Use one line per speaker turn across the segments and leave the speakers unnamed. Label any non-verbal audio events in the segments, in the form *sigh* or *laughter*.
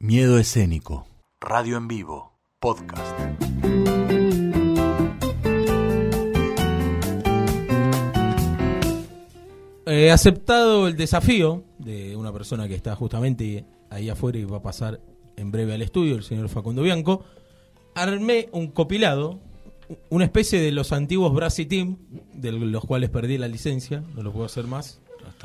Miedo escénico. Radio en vivo. Podcast.
He aceptado el desafío de una persona que está justamente ahí afuera y va a pasar en breve al estudio, el señor Facundo Bianco. Armé un copilado, una especie de los antiguos Brassy Team, de los cuales perdí la licencia, no lo puedo hacer más.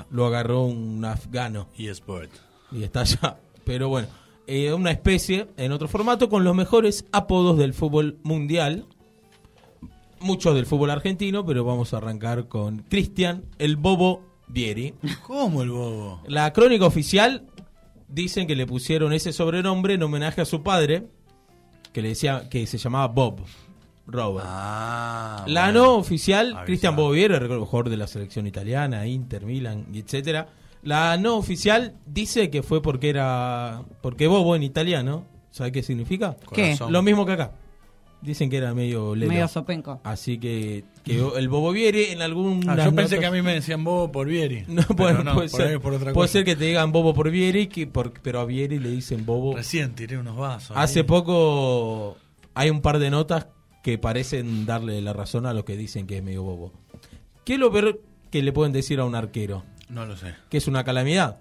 Lo agarró un afgano *laughs*
eSport.
y está allá. Pero bueno, eh, una especie en otro formato con los mejores apodos del fútbol mundial. Muchos del fútbol argentino, pero vamos a arrancar con Cristian, el bobo Vieri.
¿Cómo el bobo?
La crónica oficial dicen que le pusieron ese sobrenombre en homenaje a su padre, que le decía que se llamaba Bob Robert.
Ah.
la
bueno.
no oficial,
Avisado.
Cristian Boviera, jugador de la selección italiana, Inter, Milan, y etcétera. La no oficial dice que fue porque era porque bobo en italiano, ¿sabe qué significa?
¿Qué?
Corazón.
Lo mismo que acá. Dicen que era medio lelo.
Medio sopenco.
Así que quedó el bobo Viere en algún
Ah, yo pensé que a mí me decían bobo por Vieri.
*laughs* No,
Pero
bueno,
no,
puede,
por ahí
ser,
es por otra
puede
cosa.
ser que te digan bobo por Vieri, que por- pero a Vieri le dicen bobo.
Recién tiré unos vasos.
Hace
ahí.
poco hay un par de notas que parecen darle la razón a los que dicen que es medio bobo. ¿Qué es lo peor que le pueden decir a un arquero?
No lo sé.
Que es una calamidad,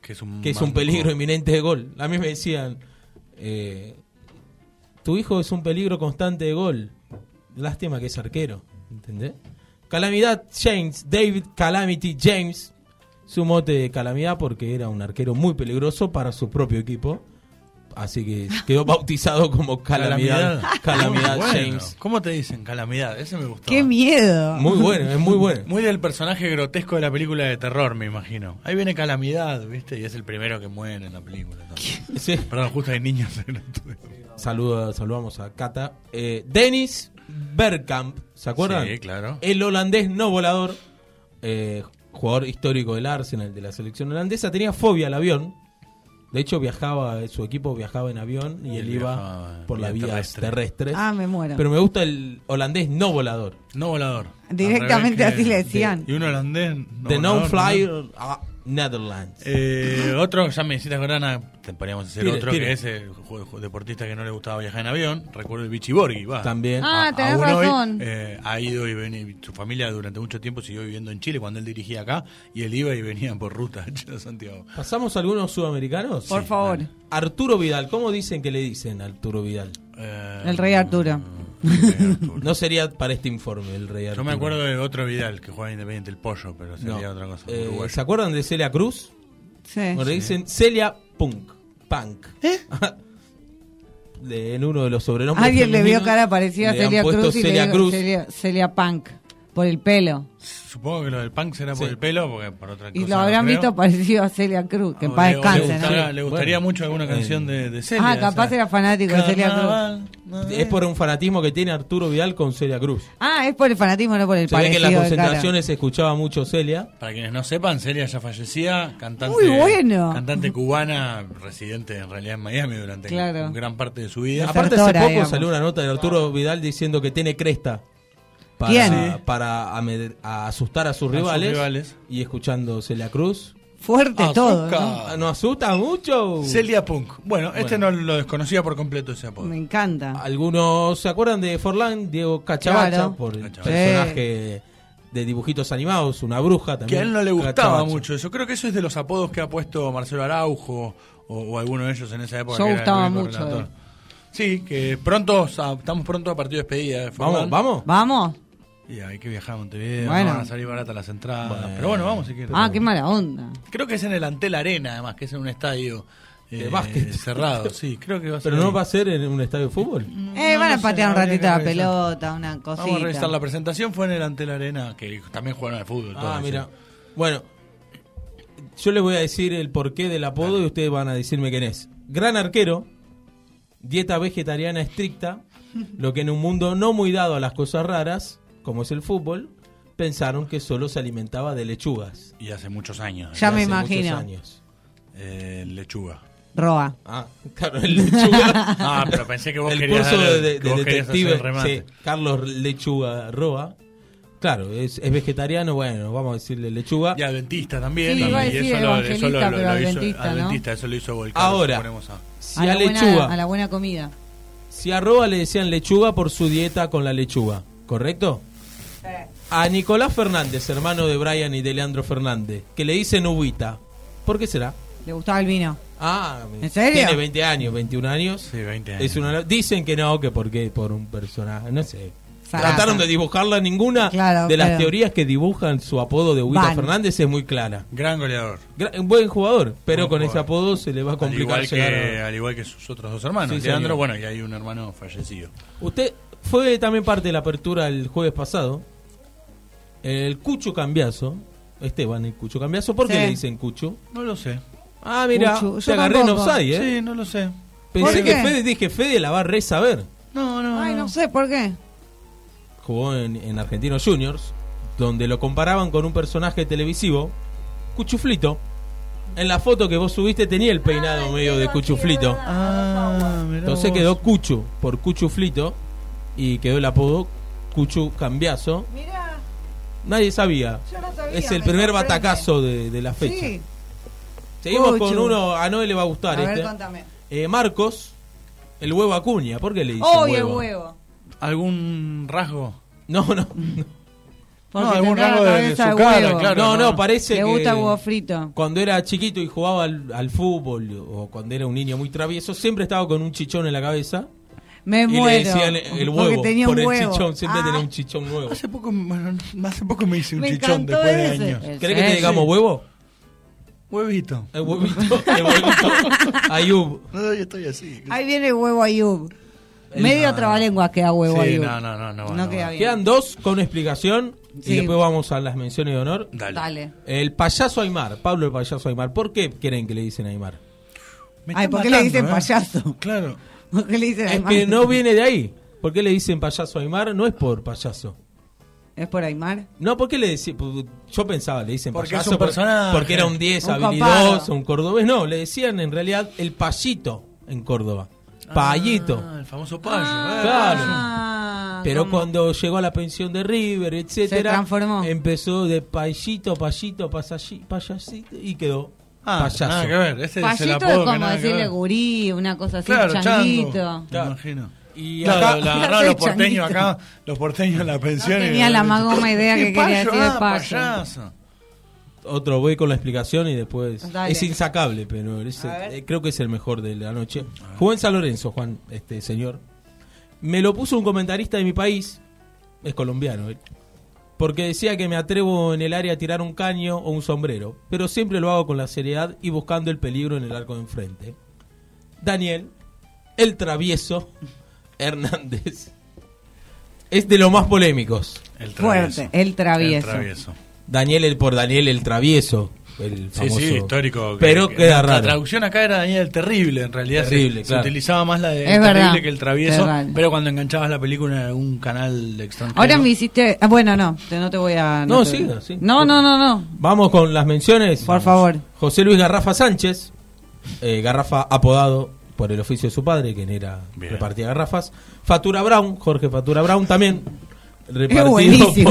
Que es un,
que es un
manco.
peligro inminente de gol. A mí me decían, eh, tu hijo es un peligro constante de gol. Lástima que es arquero, ¿entendés? Calamidad James, David Calamity James, su mote de calamidad porque era un arquero muy peligroso para su propio equipo. Así que quedó bautizado como Calamidad, *laughs* Calamidad
Bueno,
James.
¿Cómo te dicen? Calamidad. Ese me gustó.
¡Qué miedo!
Muy bueno, es muy bueno.
Muy del personaje grotesco de la película de terror, me imagino. Ahí viene Calamidad, ¿viste? Y es el primero que muere en la película. ¿no?
Sí.
Perdón, justo hay niños en el estudio.
Saluda- saludamos a Cata. Eh, Dennis Bergkamp, ¿se acuerdan?
Sí, claro.
El holandés no volador, eh, jugador histórico del Arsenal, de la selección holandesa, tenía fobia al avión. De hecho, viajaba, su equipo viajaba en avión y él
Él
iba
viajaba
por
vía
las vías
terrestre.
terrestres.
Ah, me muero.
Pero me gusta el holandés no volador.
No volador.
*laughs* Directamente
Al revés
así le
que-
decían.
Y un holandés. No
The
volador,
Non-Flyer
¿no?
ah, Netherlands.
Eh, otro, ya me hiciste Gorana, te podríamos hacer
Tire,
otro,
tire.
que es el ju- ju- deportista que no le gustaba viajar en avión. Recuerdo el Vichy Borghi, va.
También.
Ah, tenés
aún hoy,
razón.
eh, ha ido y venido, su familia durante mucho tiempo siguió viviendo en Chile cuando él dirigía acá y él iba y venía por ruta a Santiago.
¿Pasamos a algunos sudamericanos?
Por favor.
Arturo Vidal, ¿cómo dicen que le dicen a Arturo Vidal?
Eh,
El rey Arturo.
el rey
*laughs*
Arturo.
No sería para este informe el rey
Yo
Arturo.
me acuerdo de otro Vidal que jugaba Independiente, el pollo, pero
No.
sería otra cosa.
Eh,
uruguayo.
¿Se acuerdan de Celia Cruz?
Sí.
Bueno, le dicen Celia Punk. Punk.
¿Eh?
*laughs* De- en uno de los sobrenombres.
Alguien le
femeninos,
vio cara parecida a
le han
Celia
puesto
Cruz y
Celia
le digo,
Cruz.
Celia, Celia Punk por el pelo.
Supongo que lo del punk será por
Sí.
el pelo, porque por otra cosa.
Y lo
no
habrán
creo.
visto parecido a Celia Cruz, que en
O
paz
le- o le
descanse. ¿no?
gustara-
Sí,
Le gustaría
bueno.
mucho alguna
Eh,
canción de, de Celia.
Ah, capaz era fanático de Celia Cruz.
Cruz.
Es por un fanatismo que tiene Arturo Vidal con Celia Cruz.
Ah, es por el fanatismo, no por el
Se ve que
parecido.
en las
de cara.
concentraciones se escuchaba mucho Celia.
Para quienes no sepan, Celia ya fallecía, cantante,
Muy bueno.
cantante cubana, residente en realidad en Miami durante
Claro.
gran parte de su vida.
Desertora,
Aparte, hace poco
digamos.
salió una nota de Arturo Vidal diciendo que tiene cresta. Para,
¿Quién?
para amed- a asustar a sus,
sus
rivales,
rivales.
Y escuchando Celia Cruz.
Fuerte
Azúcar.
todo. ¿no?
Ah.
Ah, ¿No asusta mucho?
Celia Punk. Bueno, este no lo desconocía por completo ese apodo.
Me
Ah,
encanta.
Algunos se acuerdan de Forlán, Diego Cachabacha,
Claro.
por el
Cachabacha.
personaje de dibujitos animados, una bruja
Que
también.
a él no le gustaba
Cachabacha.
mucho eso. Creo que eso es de los apodos que ha puesto Marcelo Araujo o, o alguno de ellos en esa época.
Yo
que era el
gustaba
único
mucho
relator.
de él.
Sí, que pronto, sa- estamos pronto a partido de despedida. de
Vamos,
Forlán.
vamos.
Vamos.
Y hay que viajar a Montevideo,
Bueno.
no van a salir baratas las entradas.
Bueno.
Pero bueno, vamos si quieres.
Ah, qué mala onda.
Creo que es en el Antel Arena, además, que es en un estadio eh,
De básquet.
cerrado. Sí, creo que va a ser.
Pero no
ahí.
va a ser en un estadio de fútbol.
Eh,
no
van a
sé,
patear un
habría
ratito
que
la
revisar.
pelota, una cosita.
Vamos a revisar la presentación. Fue en el Antel Arena, que también jugaron al fútbol. todo
Ah,
eso.
mira. Bueno, yo les voy a decir el porqué del apodo y ustedes van a decirme quién es. Gran arquero, dieta vegetariana estricta, lo que en un mundo no muy dado a las cosas raras, como es el fútbol, pensaron que solo se alimentaba de lechugas.
Y hace muchos años.
Ya
¿eh?
me
Hace muchos
imagino.
años.
Eh,
*laughs*
lechuga.
Roa.
Ah, *laughs* claro, el lechuga.
Ah, pero pensé *laughs* que vos
el
querías.
curso
dar-
de, de-
que vos
de
querías hacer
detective
el remate.
sí, Carlos Lechuga Roa Claro, es, es vegetariano, bueno, vamos a decirle lechuga.
Y adventista también.
Sí, iba a
y
decir evangelista, pero adventista, ¿no?
adventista, eso lo hizo ah. Volcán.
Ahora.
ponemos a-
Si
A
a,
la,
lechuga,
buena, a la buena comida.
si a Roa le decían lechuga por su dieta con la lechuga, ¿correcto? A Nicolás Fernández, hermano de Brian y de Leandro Fernández, que le dicen ubita. ¿Por qué será?
Le gustaba el vino.
Ah,
¿En serio?
tiene 20 años, 21 años.
Sí, 20 años.
Es una- dicen que no, que porque por un personaje, no sé.
Zaraza.
Trataron de dibujarla ninguna
Claro,
de las
claro.
teorías que dibujan su apodo de Huita
Van.
Fernández es muy clara.
Gran goleador.
Gra- un buen jugador, pero
Buen
con ese
jugador.
apodo se le va a
Al
complicar
igual,
llegar
que,
a-
al igual que sus otros dos hermanos.
Sí,
Leandro,
señor.
bueno, y hay un hermano fallecido.
Usted fue también parte de la apertura el jueves pasado. El Cucho Cambiazo, Esteban, el Cucho Cambiazo, ¿por qué
Sí.
le dicen Cucho?
No lo sé.
Ah, mira,
Cucho,
te
yo
agarré en
tampoco.
offside, ¿eh?
Sí, no lo sé.
Pensé que
¿Por qué?
Fede, dije, Fede la va a re saber.
No, no.
Ay, no sé por qué.
jugó en, en Argentinos Juniors, donde lo comparaban con un personaje televisivo, Cuchuflito. En la foto que vos subiste tenía el peinado medio de Cuchuflito.
Ah, mirá
Entonces
vos.
quedó Cuchu por Cuchuflito y quedó el apodo Cuchu Cambiazo.
Mirá,
Nadie sabía.
yo no sabía.
Es el primer batacazo de, de la fecha.
Sí.
Seguimos con
Cuchu.
uno, a Noel le va a
A
gustar
ver,
este.
contame.
Eh, Marcos, el huevo Acuña, ¿por qué le dicen
¡Oh, el
huevo?
huevo!
¿Algún rasgo?
No, no,
*laughs*
no,
Porque
no, algún
tendrá la
rasgo de, de su
cabeza de
cara,
huevo.
claro.
no, no, parece
Le
que...
gusta el huevo frito.
cuando era chiquito y jugaba al, al fútbol o cuando era un niño muy travieso, siempre estaba con un chichón en la cabeza.
Me
y
muero.
le decían eh, el, el
Porque
huevo
tenía
por
un
el
huevo.
chichón, siempre
Ah,
tenía un chichón nuevo.
Hace poco, bueno, hace poco me hice un
Me
chichón
encantó
después de
ese.
años.
El
¿Querés que te
sí.
digamos huevo?
Huevito.
El huevito, el huevito.
*laughs*
Ayub.
No, yo estoy así.
Ahí viene el huevo Ayub.
El-
Medio
no,
trabalenguas queda huevo
Sí,
Ayub.
no, no, no, no,
No
no,
queda
no.
bien.
Quedan dos con explicación y
Sí.
después vamos a las menciones de honor.
Dale.
Dale. *laughs*
El payaso Aymar, Pablo el payaso Aymar. ¿Por qué creen que le dicen Aymar?
Me
Ay,
están
¿por qué le
matando,
dicen
eh?
payaso?
Claro.
¿Por qué le dicen
Es
Aymar?
que no viene de ahí. ¿Por qué le dicen payaso Aymar? No es por payaso.
¿Es por Aymar?
No, ¿por qué le decían? Yo pensaba, le dicen
Porque
payaso
es un
por-
personaje.
porque era un 10
Un
habilidoso,
copado.
un cordobés. No, le decían en realidad el payito en Córdoba. Payito.
Ah, el famoso payo. eh.
Claro.
Ah,
Pero
¿cómo?
cuando llegó a la pensión de River, etcétera,
Se transformó.
empezó de payito, payito, pasayi- payasito y quedó
Ah,
payaso.
nada que ver. Ese es el
Payito
apodo
es
que
como
nada que
decirle
ver.
gurí, una cosa así,
Claro,
changuito.
chango. Me
Claro.
imagino.
Y
Claro,
acá-
*laughs*
la agarraron los
Changuito.
porteños acá, los porteños en la pensión. y-
tenía la más
*laughs*
goma idea
¿Qué
que quería
payo?
decir de
Ah,
payo.
payaso.
Otro voy con la explicación y después
Dale.
es insacable, pero es-
A ver.
eh, creo que es el mejor de la noche. Jugó en San Lorenzo, Juan, este señor. Me lo puso un comentarista de mi país, es colombiano, él, porque decía que me atrevo en el área a tirar un caño o un sombrero, pero siempre lo hago con la seriedad y buscando el peligro en el arco de enfrente. Daniel, el travieso *laughs* Hernández, es de los más polémicos.
El travieso.
Fuerte, el travieso.
El travieso.
Daniel el por Daniel el travieso. El
Sí,
famoso.
sí, histórico. que-
Pero
que-
queda
la,
raro.
traducción acá era Daniel el terrible, en realidad. se-
Terrible,
se,
claro.
utilizaba más la de
Es
el
verdad,
terrible que el travieso.
terrible.
Pero cuando enganchabas la película en algún canal extranjero.
Ahora me hiciste... ah, Bueno, no, te- no te voy a...
No,
te voy a-
siga, sí.
No, no, no, no.
Vamos con las menciones.
Por
Vamos.
favor.
José Luis Garrafa Sánchez, eh, Garrafa apodado por el oficio de su padre, quien era
Bien.
repartía garrafas. Fatura Brown, Jorge Fatura Brown también. Repartido
buenísimo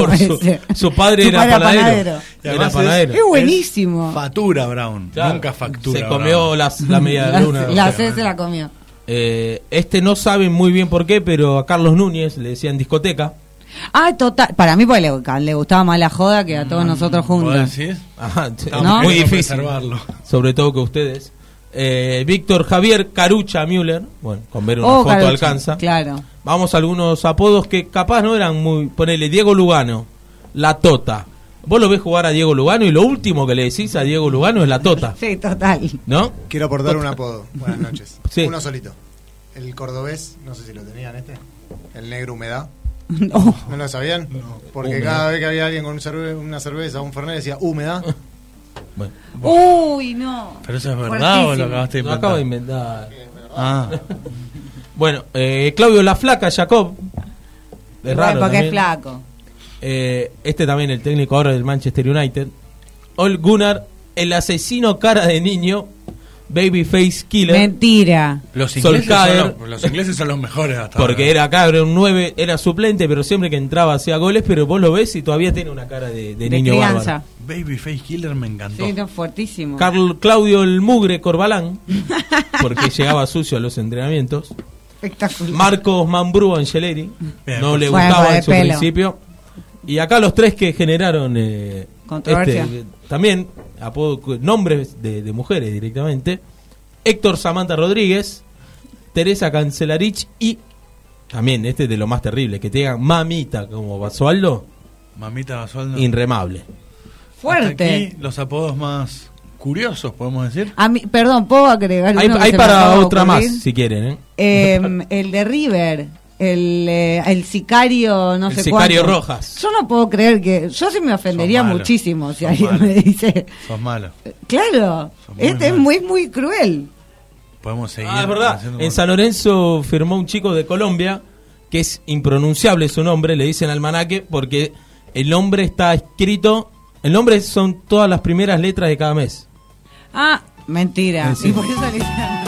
*laughs* por su,
ese.
su padre
Su
era
padre era
panadero.
panadero.
Y
Era
además es-
panadero.
¡Qué buenísimo!
Fatura Brown.
Claro.
Nunca factura.
Se
Brown.
comió las, la media
*laughs* La,
luna.
la C se la comió.
Eh, este no sabe muy bien por qué, pero a Carlos Núñez le decían discoteca. *laughs*
Ah, total. Para mí, pues le, le gustaba más la joda que a
Mm,
todos nosotros
¿Vos
juntos.
decís?
Ajá,
Estaba
¿No?
Muy
queriendo
difícil.
preservarlo.
sobre todo que ustedes. Eh, Víctor Javier Carucha Müller, bueno, con ver una
Oh,
foto
Carucha,
alcanza.
Claro.
Vamos a algunos apodos que capaz no eran muy. Ponele Diego Lugano, la Tota. Vos lo ves jugar a Diego Lugano y lo último que le decís a Diego Lugano es la Tota,
Sí, total. *laughs*
¿no?
Quiero aportar un apodo. Buenas noches.
Sí.
Uno solito. El cordobés, no sé si lo tenían este. El negro humedad.
No.
¿No lo sabían? Porque
Humedad.
cada vez que había alguien con un cerve- una cerveza, un fernet, decía humedad.
Bueno,
Uy, no.
¿Pero eso es verdad o lo
Fuertísimo.
acabaste de
lo
inventar?
acabo de inventar.
Ah,
Bueno, eh, Claudio La Flaca, Jacob. Es
Bueno,
raro
porque
también.
es flaco.
Eh, este también, el técnico ahora del Manchester United. Ol Gunnar, el asesino cara de niño. Babyface Killer.
Mentira.
Los ingleses, son
Solskjaer.
los, los ingleses son los mejores hasta
Porque
ahora.
era acá, era un 9, era suplente, pero siempre que entraba hacía goles, pero vos lo ves y todavía tiene una cara de, de
De,
niño
crianza.
bárbaro.
Babyface Killer me encantó.
Sí, no, fuertísimo.
Carl Claudio el Mugre Corbalán, porque llegaba sucio a los entrenamientos.
Espectacular.
Marcos Mambrú Angeleri,
Bien,
no le
Bueno,
gustaba
pues. de
en su
pelo.
principio. Y acá los tres que generaron eh,
Controversia.
este, eh, también apodo- cu- nombres de, de mujeres directamente. Héctor Samantha Rodríguez, Teresa Cancelarich y también este es de lo más terrible, que tenga mamita como Basualdo,
Mamita Basualdo.
inremable.
Hasta
Fuerte.
aquí los apodos más curiosos, podemos decir.
A mí, perdón, ¿puedo agregar
Hay,
uno que
hay
se me acaba
para
de
otra más,
ocurrir?
si quieren. ¿eh?
Em, el de River, el, eh, el sicario, no
El
sé cuánto.
sicario Rojas.
Yo no puedo creer que. Yo sí me ofendería
Sos malo.
muchísimo si
Sos
alguien
malo.
me dice.
Sos malo.
Claro,
Sos muy
este es
malo.
muy, muy cruel.
Podemos seguir.
Ah, es verdad.
haciendo
En
un-
San Lorenzo firmó un chico de Colombia que es impronunciable su nombre, le dicen almanaque, porque el nombre está escrito. El nombre son todas las primeras letras de cada mes.
Ah, mentira.
Eh, sí.
Y por eso le dicen-